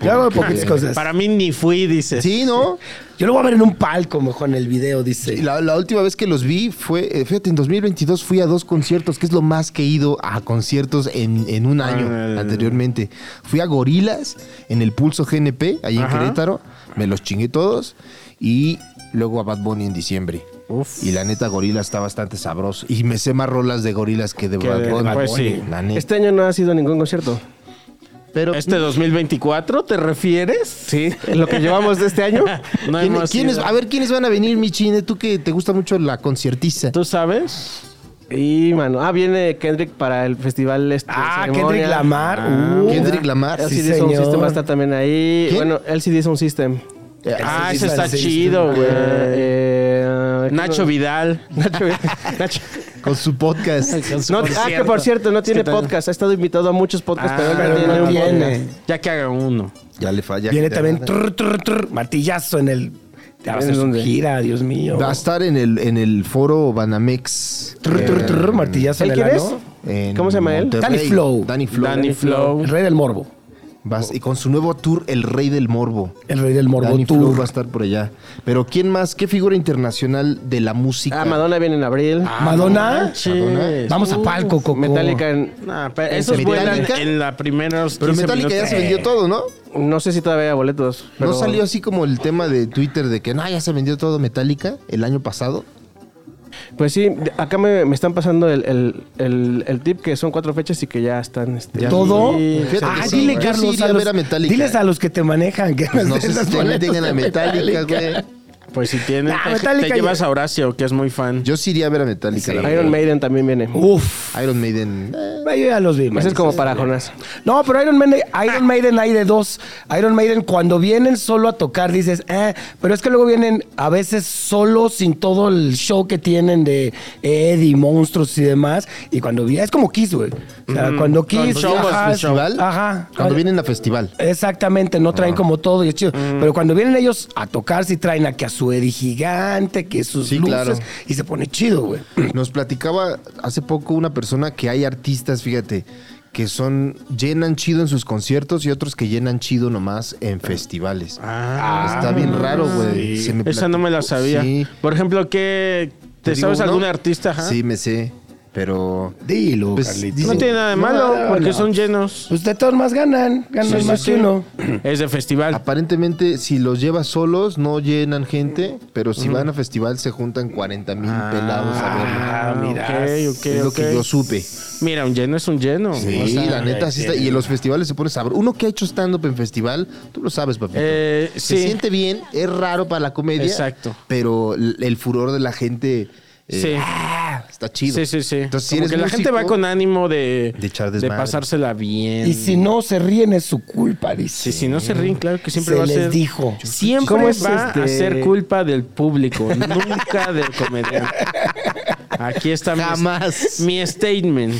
Yo hago poquitas cosas. Para mí ni fui, dice. Sí, ¿no? Yo lo voy a ver en un palco mejor en el video, dice. Y La, la última vez que los vi fue, eh, fíjate, en 2022 fui a dos conciertos, que es lo más que he ido a conciertos en, en un año Ah. anteriormente. Fui a Gorilas en el Pulso GNP, ahí en Ajá. Querétaro, me los chingué todos y luego a Bad Bunny en diciembre. Y la neta, Gorilas está bastante sabroso. Y me sé más rolas de Gorilas que de Que Bad de- Bunny. pues sí. La neta. Este año no ha sido ningún concierto. Pero, ¿Este 2024 te refieres? Sí, en lo que llevamos de este año. <laughs> No ¿quién- hemos quiénes- ido. a ver, ¿quiénes van a venir, mi chine? Tú que te gusta mucho la conciertiza. ¿Tú sabes? Y mano, ah, viene Kendrick para el festival. Este, ah, ceremonia. Kendrick Lamar. Ah, uh. Kendrick Lamar. LCD Sí, Sound este señor. System va a estar también ahí. ¿Quién? Bueno, LCD Sound System. Ah, sí, ese sí, está sí, sí. chido, güey. Eh, eh, Nacho ¿qué Vidal. no? <laughs> Nacho Vidal. Nacho. Con su podcast. No, ah, que por cierto, no tiene podcast. Ha estado invitado a muchos podcasts, Ah, pero él pero no tiene no un tiene. podcast. Ya que haga uno. Ya le falla. Viene Ya también nada. trr, trr, trr, martillazo en el... Te va a hacer su dónde? gira, Dios mío. Va a estar en el, en el foro Banamex. Trr, trr, trr, martillazo en ¿Él el quién ano. es? ¿Cómo se llama él? Danny Flow. Danny Flow. Danny Flow. El rey del morbo. Vas- y con su nuevo tour, El Rey del Morbo. El rey del morbo Dani tour. Flow va a estar por allá. Pero ¿quién más? ¿Qué figura internacional de la música? Ah, Madonna viene en abril. Ah, Ah, Madonna. manches. Madonna. Vamos a palco, Coco. Metallica en... Nah, Uh. pero esos Metallica? vuelan en la primera. Pero Metallica ya se vendió todo, ¿no? No sé si todavía hay boletos. Pero... ¿No salió así como el tema de Twitter de que no, ya se vendió todo Metallica el <laughs> año pasado? Pues sí, de- acá me, me están pasando el, el, el, el tip que son cuatro fechas y que ya están... Este, Ya. Todo. Sí, fíjate ah, que sí, dile, güey. Yo sí Carlos, iría a a los, ver a Metallica. diles a los que te manejan que <laughs> Pues no nos sé den si los todavía boletos tengan a de Metallica, güey. Pues si tienen. Nah, te- Ah, Metallica te ya- llevas a Horacio, que es muy fan. Uh, Yo sí iría a ver a Metallica. la Iron verdad. Maiden también viene. Uf, Iron Maiden. eh, yo ya los vi. man. Ese es como para Jonás. No, pero Iron Maiden, Iron Maiden hay de dos. Iron Maiden cuando vienen solo a tocar dices, eh, pero es que luego vienen a veces solo sin todo el show que tienen de Eddie, monstruos y demás. Y cuando vi- es como Kiss, güey. O sea, cuando Kiss, show, ajá, pues, festival. ajá. Cuando Ah. vienen a festival. Exactamente, no traen como todo y es chido. Pero cuando vienen ellos a tocar, sí traen a que a su Eddie gigante, que sus Sí, luces claro. y se pone chido, güey. Nos platicaba hace poco una persona que hay artistas, fíjate, que son llenan chido en sus conciertos y otros que llenan chido nomás en festivales. Está bien raro, güey. Se me Esa no me la platicó. sabía. Sí. Por ejemplo, ¿qué. ¿Te ¿Te, digo sabes uno? algún artista? ajá? Sí, me sé, pero Dilo, Pues, Carlitos. dice- No tiene nada de malo, porque son llenos. Pues de todos más ganan, ganan Sí, sí, más sí. que uno. Es de festival. aparentemente si los llevas solos no llenan gente, pero si van a festival se juntan 40 mil pelados a verlo. Ah, mira. Ok, ok, Es lo ok. que yo supe. Mira, un lleno es un lleno. Sí, la neta, sí está. Y en este, los festivales se pone sabroso. Uno que ha hecho stand-up en festival, tú lo sabes, papito. Eh, se sí. siente bien, es raro para la comedia. Exacto. Pero l- el furor de la gente eh, Sí. ¡ah! está chido. Sí, sí, sí. Entonces, si Como eres que la gente va músico, con ánimo de, de echar de desmadre. pasársela bien. Y si no se ríen es su culpa, Sí, dice. si no se ríen, claro que siempre Se va a les ser. dijo. Siempre ¿Cómo es va a este? ser culpa del público, nunca del comediante. Aquí está mi- Jamás. mi, statement.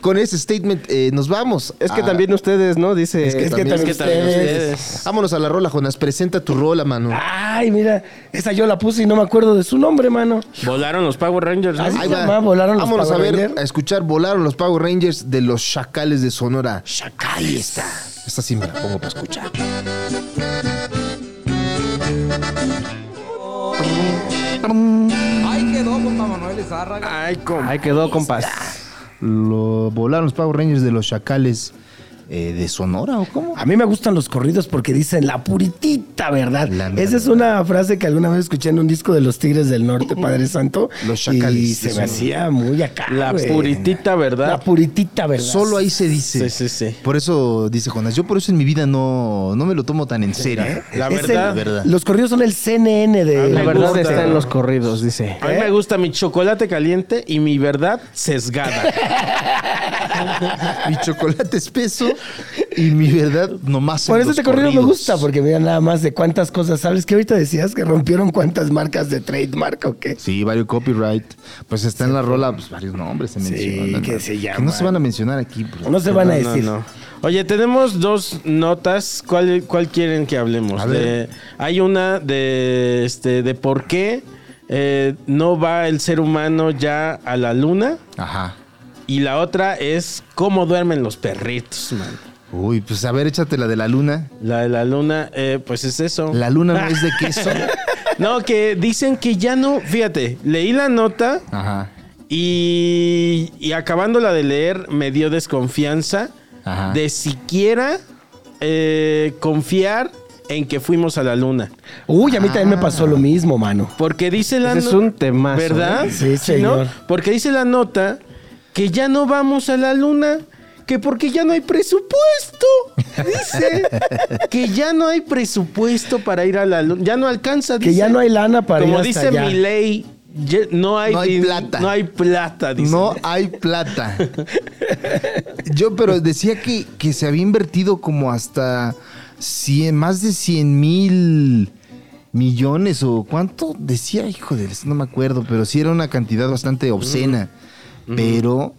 Con ese statement eh, nos vamos. Es que a- también ustedes, ¿no? Dice... Ah. Es que, es que También- también Es que también ustedes- ustedes. Vámonos a la rola, Jonas. Presenta tu rola, mano. Ah, Ay, mira, esa yo la puse y no me acuerdo de su nombre, mano. Volaron los Power Rangers. ¿no? Ay, se llama Volaron los Vámonos Power a ver, Rangers. a escuchar Volaron los Power Rangers de los Chacales de Sonora. Ahí está. Esta sí me la pongo para escuchar. Ahí quedó, compas. Lo, volaron los Power Rangers de los Chacales eh, de Sonora o cómo? A mí me gustan los corridos porque dicen la puritita verdad. La mera Esa es verdad. una frase que alguna vez escuché en un disco de los Tigres del Norte, Padre Santo. <laughs> Los chacales. Y se me hacía muy acá. La güey. puritita verdad. La puritita verdad. Solo ahí se dice. Sí, sí, sí. Por eso dice Jonas, yo por eso en mi vida no, no me lo tomo tan en serio. ¿eh? La Es el- verdad. Ah, Los corridos son el CNN de. La Me verdad gusta. está en los corridos, dice. A mí me gusta mi chocolate caliente y mi verdad sesgada. mi chocolate espeso y mi verdad nomás. en Por eso los este corrido me corridos. gusta, porque mira nada más de cuántas cosas sabes. que ahorita decías que rompieron cuántas marcas de trademark o qué? Sí, varios copyright. Pues está en la rola pues, varios nombres se mencionan. que se no llaman. se van a mencionar aquí. pues. No se van a No, no, decir. no. Oye, tenemos dos notas. ¿Cuál, cuál quieren que hablemos? A ver. De- hay una de, este, de por qué eh, no va el ser humano ya a la luna. Ajá. Y la otra es cómo duermen los perritos, man. Uy, pues a ver, échate la de la luna. La de la luna, eh, pues es eso. La luna no es de <laughs> queso. No, que dicen que ya no. Fíjate, leí la nota Ajá. y, y acabándola de leer me dio desconfianza Ajá. de siquiera eh, confiar en que fuimos a la luna. Uy, a mí también me Ah. pasó lo mismo, mano. Porque dice la Ese es no- un temazo, ¿Verdad? ¿eh? Sí, ¿no? señor. Porque dice la nota que ya no vamos a la luna. Que porque ya no hay presupuesto. <laughs> Dice que ya no hay presupuesto para ir a la luna. Ya no alcanza. Que ya no hay lana para Como ir hasta dice allá. mi ley, no hay, No hay din- plata. No hay plata, dice. No hay plata. Yo, pero decía que, que se había invertido como hasta 100, más de 100 mil millones o cuánto decía, hijo de, no me acuerdo, pero sí era una cantidad bastante obscena. Mm. Pero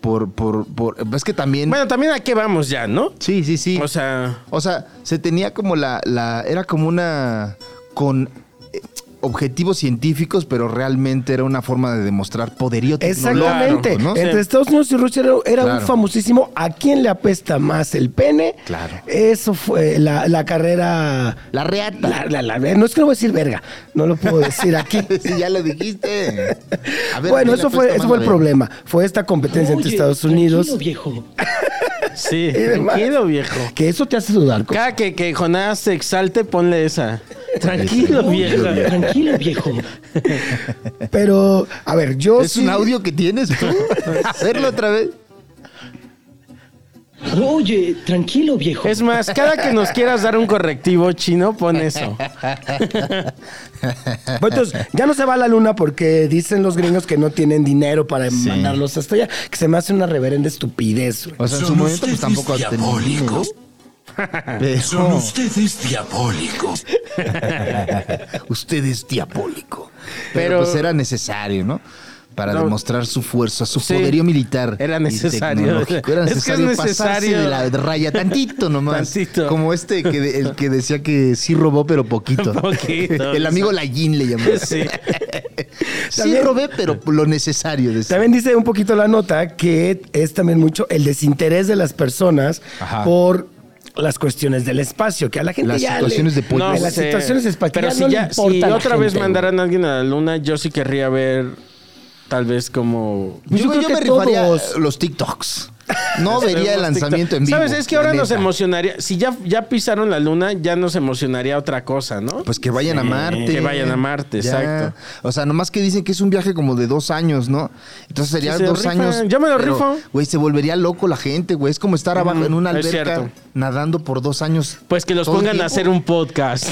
por, por, por, es que también... Bueno, también a qué vamos ya, ¿no? sí, sí, sí. O sea, O sea, se tenía como la, la- era como una con eh, objetivos científicos, pero realmente era una forma de demostrar poderío Exactamente. tecnológico, ¿no? Entre Estados Unidos y Rusia era, era Claro. un famosísimo ¿a quién le apesta más el pene? Claro. Eso fue la, la carrera... La reata. La- la- la- no es que no voy a decir verga, no lo puedo decir aquí. <laughs> Sí, ya lo dijiste. A ver, bueno, ¿quién eso le fue, eso apesta fue más la el verga? problema. Fue esta competencia entre Oye, Estados Unidos. tranquilo, viejo. <laughs> Sí, demás. tranquilo, viejo. Que eso te hace dudar. co- Cada que, que Jonás se exalte, ponle esa. Tranquilo, viejo. Oye, tranquilo, viejo. Pero, a ver, yo ¿Es sí- un audio que tienes tú? Hacerlo otra vez. Oye, tranquilo, viejo. Es más, cada que nos quieras dar un correctivo chino, pon eso. Bueno, entonces, ya no se va a la luna porque dicen los gringos que no tienen dinero para mandarlos hasta allá. Que se me hace una reverenda estupidez, güey. O sea, en su Son momento pues ustedes tampoco ha tenido. ¿no? diabólicos. Pero- Son <laughs> ustedes diabólicos. Usted es diabólico. Pero, Pero- pues era necesario, ¿no? Para No. demostrar su fuerza, su Sí. poderío militar. Era y necesario. tecnológico. Era Es que es necesario, pasarse necesario. de la raya tantito nomás. Tantito. Como este que de- el que decía que sí robó, pero poquito. <laughs> <laughs> Poquito. el amigo Lallín le llamó. Sí. Sí También- robé, pero lo necesario. decía. También dice un poquito la nota que es también mucho el desinterés de las personas Ajá. por las cuestiones del espacio, que a la gente Las ya le- situaciones de pollo. No, las sé. situaciones Pero espaciales si no le ya, importa si a la otra vez gente, mandaran a alguien a la luna, yo sí querría ver tal vez como... Yo Pues Yo, creo yo que me rifaría todos. los <laughs> TikToks. <laughs> No vería el lanzamiento en vivo. ¿Sabes? Es que ahora la nos neta. emocionaría. Si ya, ya pisaron la luna, ya nos emocionaría otra cosa, ¿no? Pues que vayan a Sí, Marte. que vayan a Marte, exacto. O sea, nomás que dicen que es un viaje como de dos años, ¿no? Entonces sería Que se dos rifan. años. Yo me lo pero, rifo. Güey, se volvería loco la gente, güey. Es como estar abajo Ujú, en una es alberca cierto. nadando por dos años. Pues que los todo el pongan a tiempo. hacer un podcast.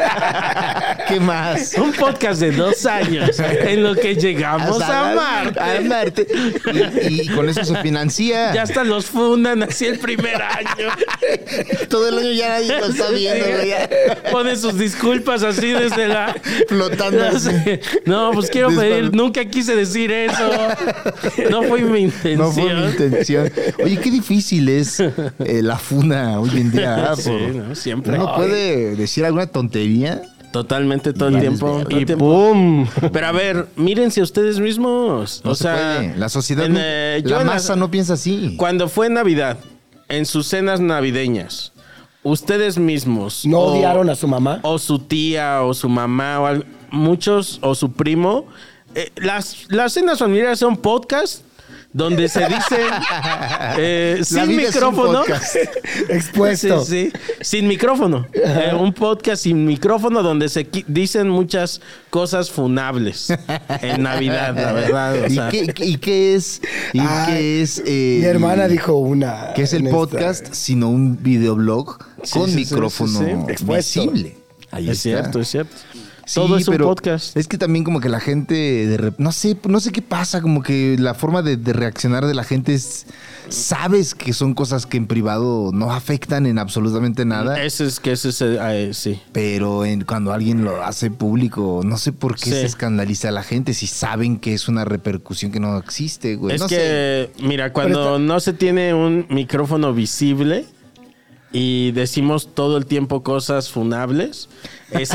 <laughs> ¿Qué más? <laughs> un podcast de dos años en lo que llegamos Hasta a la- Marte. A Marte. Y, y con eso se financia. Ya hasta los fundan así el primer año. Todo el año ya nadie lo está viendo, güey. ya. <laughs> Pone sus disculpas así desde la. Flotando No, sé. No, pues quiero Desde- pedir. Nunca quise decir eso. No fue mi intención. No fue mi intención. Oye, qué difícil es eh, la funa hoy en día. ¿ah? <laughs> Sí, Por- no, siempre. Uno puede decir alguna tontería. Totalmente todo el tiempo. todo el Y tiempo. ¡pum! Pero a ver, mírense ustedes mismos. No o se sea, puede. la sociedad, en, no- eh, yo la en la- masa no piensa así. Cuando fue Navidad, en sus cenas navideñas, ustedes mismos. No o- odiaron a su mamá. O su tía, o su mamá, o al- muchos, o su primo. eh, las, las cenas familiares son podcasts donde se <laughs> dicen eh, La sin vida es un micrófono. <laughs> podcast. <laughs> Expuesto. Sí, sí. Sin micrófono. Eh, un podcast sin micrófono donde se qui- dicen muchas cosas funables en Navidad, la verdad. o ¿Y, sea. qué, qué- y qué es? ¿Y Ay, qué es? eh, Ah, Mi hermana dijo una. ¿Qué es el en esta- podcast? Sino un videoblog Sí, con sí, sí, micrófono sí, sí. Expuesto. visible. Ahí Es está. cierto, es cierto. Sí, Todo es un pero podcast. Es que también como que la gente de rep- no sé, no sé qué pasa, como que la forma de, de reaccionar de la gente es sabes que son cosas que en privado no afectan en absolutamente nada, Ese es que ese es, eh, ah, eh, sí. pero en, cuando alguien lo hace público, no sé por qué Sí. se escandaliza a la gente si saben que es una repercusión que no existe, güey. es no sé. que, mira, cuando no se tiene un micrófono visible y decimos todo el tiempo cosas funables, es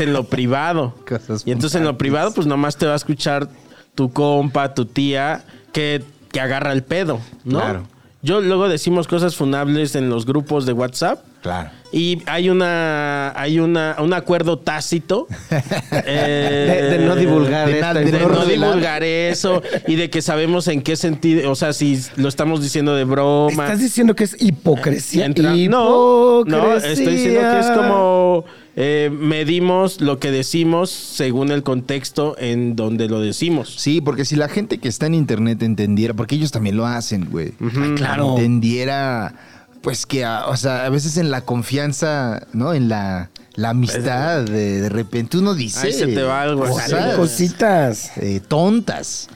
<laughs> en lo privado. Cosas y entonces en lo privado, pues nomás te va a escuchar tu compa, tu tía, que, que agarra el pedo, ¿no? Claro. Yo luego decimos cosas funables en los grupos de WhatsApp. Claro. Y hay una hay una un acuerdo tácito <laughs> eh, De- de no divulgar de esta na- de de información. no revelar. divulgar eso y de que sabemos en qué sentido, o sea, si lo estamos diciendo de broma. Estás diciendo que es hipocresía. Entra- no, no, estoy diciendo que es como eh, medimos lo que decimos según el contexto en donde lo decimos. Sí, porque si la gente que está en internet entendiera, porque ellos también lo hacen, güey. Ah, claro. Entendiera, pues que, a- o sea, a veces en la confianza, ¿no? En la, la amistad, de, de repente uno dice. Ahí se te va algo, Cosas, sale Cositas. eh, tontas.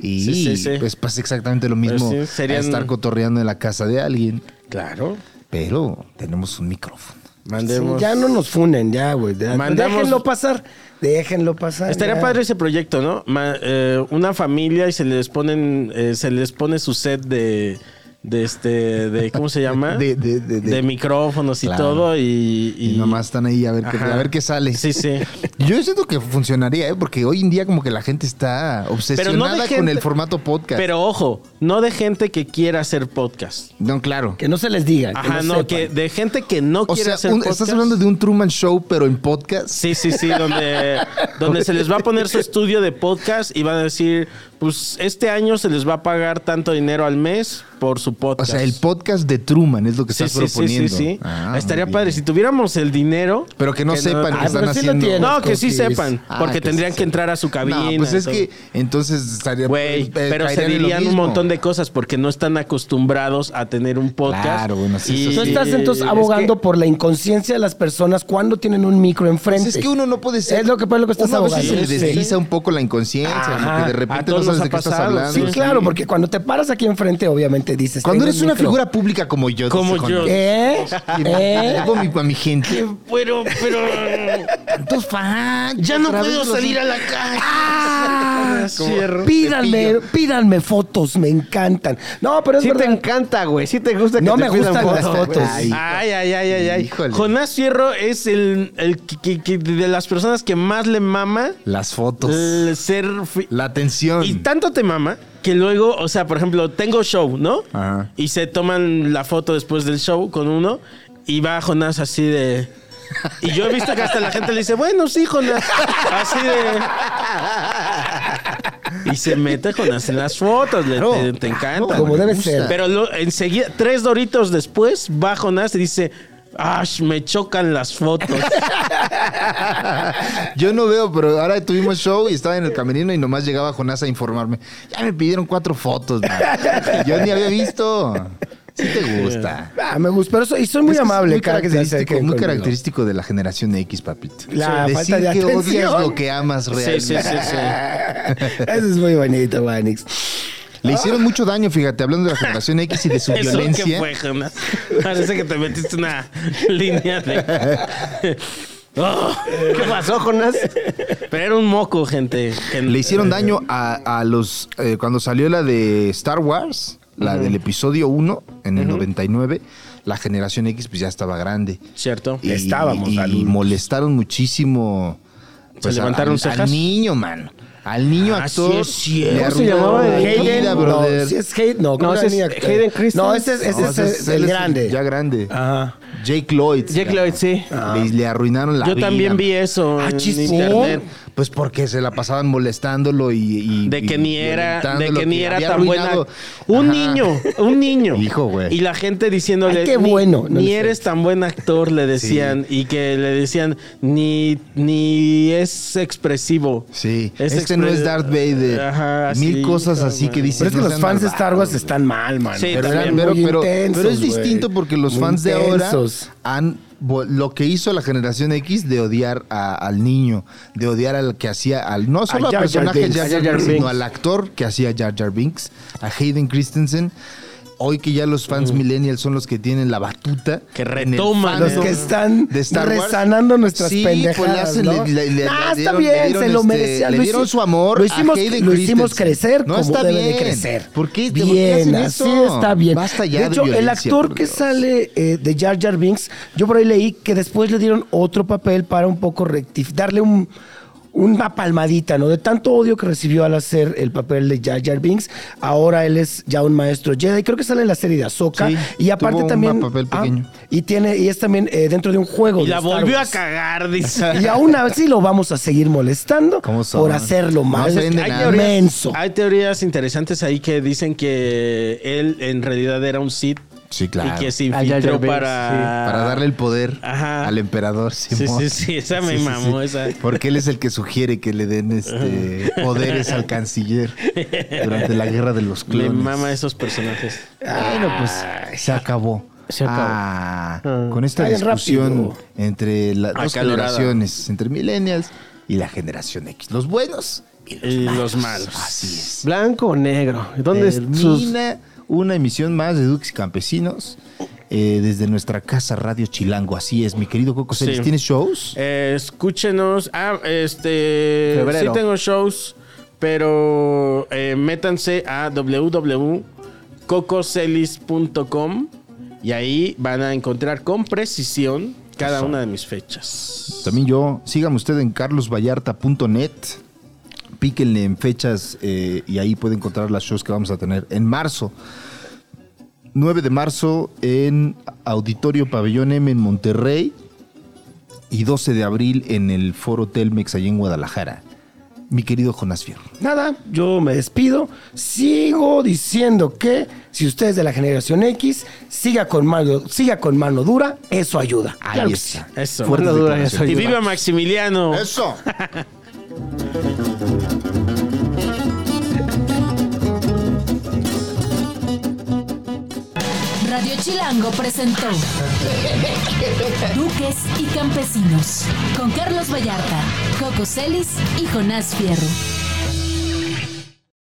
Y Sí, sí, sí. pues pasa exactamente lo mismo Pues sí, serían- a estar cotorreando en la casa de alguien, Claro. pero tenemos un micrófono. Mandemos. Ya no nos funen, ya, güey. Ya, Mandamos- Déjenlo pasar. Déjenlo pasar. Estaría ya. padre ese proyecto, ¿no? Ma- eh, una familia y se les ponen, eh, se les pone su set de, de este, de ¿cómo se llama? De- de- de- de- micrófonos y Claro. todo y, Y, nomás están ahí a ver, qué, Ajá. a ver qué sale. Sí, sí. Yo siento que funcionaría, ¿eh? porque hoy en día como que la gente está Pero no obsesionada de con gente- el formato podcast. Pero ojo, no de gente que quiera hacer podcast. no, claro. Que no se les diga. que Ajá, no, sepan. que de gente que no O quiere sea, hacer un- podcast. estás hablando de un Truman Show, pero en podcast. Sí, sí, sí, <laughs> donde, donde se les va a poner su estudio de podcast y van a decir, pues este año se les va a pagar tanto dinero al mes por su O podcast. sea, el podcast de Truman es lo que Sí, estás sí, sí, sí, proponiendo. sí. Ah, Estaría muy padre bien. si tuviéramos el dinero. Pero que no sepan Ah, que pero están sí lo haciendo. tienen. pues, No, que sí Confis. sepan, Ah, porque que tendrían sí que entrar a su No, cabina. pues es y todo. que entonces estaría. Güey, eh, pero se caerían en lo dirían un mismo. montón de cosas porque no están acostumbrados a tener un podcast. Claro, bueno, sí, eso Tú sí. estás entonces abogando por la inconsciencia de las personas cuando tienen un micro Pues enfrente. es que uno no puede ser. Es lo que, pues, lo que estás uno A veces abogando. se le Sí. desliza un poco la inconsciencia, Ajá. porque de A repente todos no sabes nos de ha qué estás pasado, hablando. Sí, claro, porque cuando te paras aquí enfrente, obviamente dices. Cuando "Tengo eres un una micro". figura pública como yo. Como dice, <laughs> yo. <laughs> ¿Eh? ¿Eh? Tengo mi, a mi gente. <laughs> Pero, pero. Tantos fans. Ah, Ya no otra vez puedo los- salir a la calle. Ah. Como- Ah, Pídanme, pídanme fotos, me encantan. No, pero es Sí te verdad. encanta, güey. Sí te gusta que No te me pidan gustan las fotos, fotos. güey. Ay, Ay, ay, ay, ay, ay. Híjole. Jonás Fierro es el, el que- que- que de las personas que más le mama Las fotos. el ser. fi- La atención. Y tanto te mama que luego, o sea, por ejemplo, tengo show, ¿no? Ajá. Y se toman la foto después del show con uno y va Jonás así de. Y yo he visto que hasta la gente le dice, bueno, sí, Jonás. Así de. Y se mete Jonás en las fotos, le, Claro, te, te encanta. Como me debe gusta. ser. Pero lo- enseguida, tres doritos después, va Jonás y dice, ¡ash! Me chocan las fotos. Yo no veo, pero ahora tuvimos show y estaba en el camerino y nomás llegaba Jonás a informarme. Ya me pidieron cuatro fotos. <laughs> man. Yo ni había visto. Sí te gusta. Ah, me gusta, pero so- y soy muy Es que es amable, muy cada que se característico, acerquen muy conmigo. característico de la generación X, papito. La falta de que odias atención. lo que amas sí, realmente. sí, sí, sí. Ah, Eso es muy bonito, Manix. Le hicieron mucho daño, fíjate, hablando de la generación X y de su <laughs> Eso violencia. que fue, Jonas. Parece que te metiste una <laughs> línea de. <laughs> Oh, ¿Qué pasó, Jonás? pero era un moco, gente. que- eh, Le hicieron daño a, a los. eh, cuando salió la de Star Wars, la del episodio 1, en el 99, la generación X pues ya estaba grande. Cierto. Y, Estábamos y, adultos. molestaron muchísimo. pues, Se levantaron al, cejas. Al niño, man. Al niño Ah, sí actor. es cierto. le ¿Cómo se arruinaron llamaba la el niño? vida, Hayden, brother. No, si es Hayden, no, No, ¿cómo ese era es el niño? Hayden Christensen. No, ese es, ese No, es, ese el- es- él el es grande. Ya grande. Ah. Ajá. Jake Lloyd. Jake Lloyd, sí. Le, le arruinaron Ah, la Yo vida. también vi eso Ah, en chis, internet. Pues porque se la pasaban molestándolo y. y- De que y ni era, de violentándolo, que ni era había tan buena. arruinado. Un Ajá. niño, un <laughs> niño. Hijo, güey. Y la gente diciéndole. Ay, qué "Ni- bueno". No Ni, le sé. eres tan buen actor, le decían. Y que le decían, ni, ni es expresivo. Sí. este no expre- es Darth Vader. Ajá, Mil sí, cosas no, así que man. dicen. Pero es que no los sean fans de Star malvados. Wars están mal, man. Sí, pero, Pero, también. eran pero, muy pero- intensos, pero es güey. distinto porque los Muy fans intensos. de ahora han vo- lo que hizo la generación X de odiar a- al niño, de odiar al que hacía al no solo A al Jar Jar personaje Binks. Jar A Jar Jar Jar Binks, sino Binks. al actor que hacía Jar Jar Binks, a Hayden Christensen. Hoy que ya los fans millennials son los que tienen la batuta Que en el retoman, Los fandom que están de Star Wars. resanando nuestras Sí, pendejadas. pues le hacen- ¿no? le- le- le- Ah, le está dieron- bien, le dieron, se lo este, merecía. le lo dieron hici- su amor Lo a hicimos, Hayden lo hicimos Christensen. crecer No, como está debe de bien. crecer. ¿Por qué- por qué Bien, hacen así eso? está bien. Basta ya de de hecho, el violencia, actor por que Dios. sale eh, de Jar Jar Binks, yo por ahí leí que después le dieron otro papel para un poco rectificar, darle un... Una palmadita, ¿no? De tanto odio que recibió al hacer el papel de Jar Jar Binks, ahora él es ya un maestro Jedi. Creo que sale en la serie de Ahsoka. Sí, y aparte tuvo un también. papel ah, pequeño. y tiene, y es también eh, dentro de un juego. Y de la Star volvió a Wars. <laughs> cagar, dice. Y aún así lo vamos a seguir molestando ¿Cómo son? por hacerlo No mal. aprenden Ay, nada. Menso. Hay teorías interesantes ahí que dicen que él en realidad era un Sith Sí, claro. y que se Ah, ya, ya infiltró ves, para... Para darle el poder Ah. Ajá. al emperador Sí, Simón. sí, sí, esa me Sí, sí, mamó, sí. esa. Porque él es el que sugiere que le den este poderes al canciller durante la guerra de los Me clones. mama esos personajes. Bueno, pues se acabó. Se acabó. Ah, con esta Ay, discusión rápido. entre las dos Acalorada. generaciones, entre millennials y la generación X, los buenos y los, Y malos. los malos. Así es. Blanco o negro. ¿Dónde es sus- Termina una emisión más de Dux y Campesinos eh, desde nuestra casa Radio Chilango. Así es, mi querido Coco Celis, Sí. ¿tienes shows? Eh, escúchenos. Ah, este. Febrero. Sí tengo shows, pero eh, métanse a www.cococelis.com y ahí van a encontrar con precisión cada una de mis fechas. También yo, sígame usted en carlosvallarta.net. Píquenle en fechas eh, y ahí puede encontrar las shows que vamos a tener en marzo. 9 de marzo en Auditorio Pabellón M en Monterrey y 12 de abril en el Foro Telmex allí en Guadalajara. Mi querido Jonás Fierro. Nada, yo me despido. Sigo diciendo que si usted es de la generación X, siga con mano, siga con mano dura, eso ayuda. Ahí Claro que sí. está. Eso. Fuertes Mano dura, declaraciones. eso Y viva Maximiliano. Eso. Radio Chilango presentó Duques y Campesinos con Carlos Vallarta, Coco Celis y Jonás Fierro.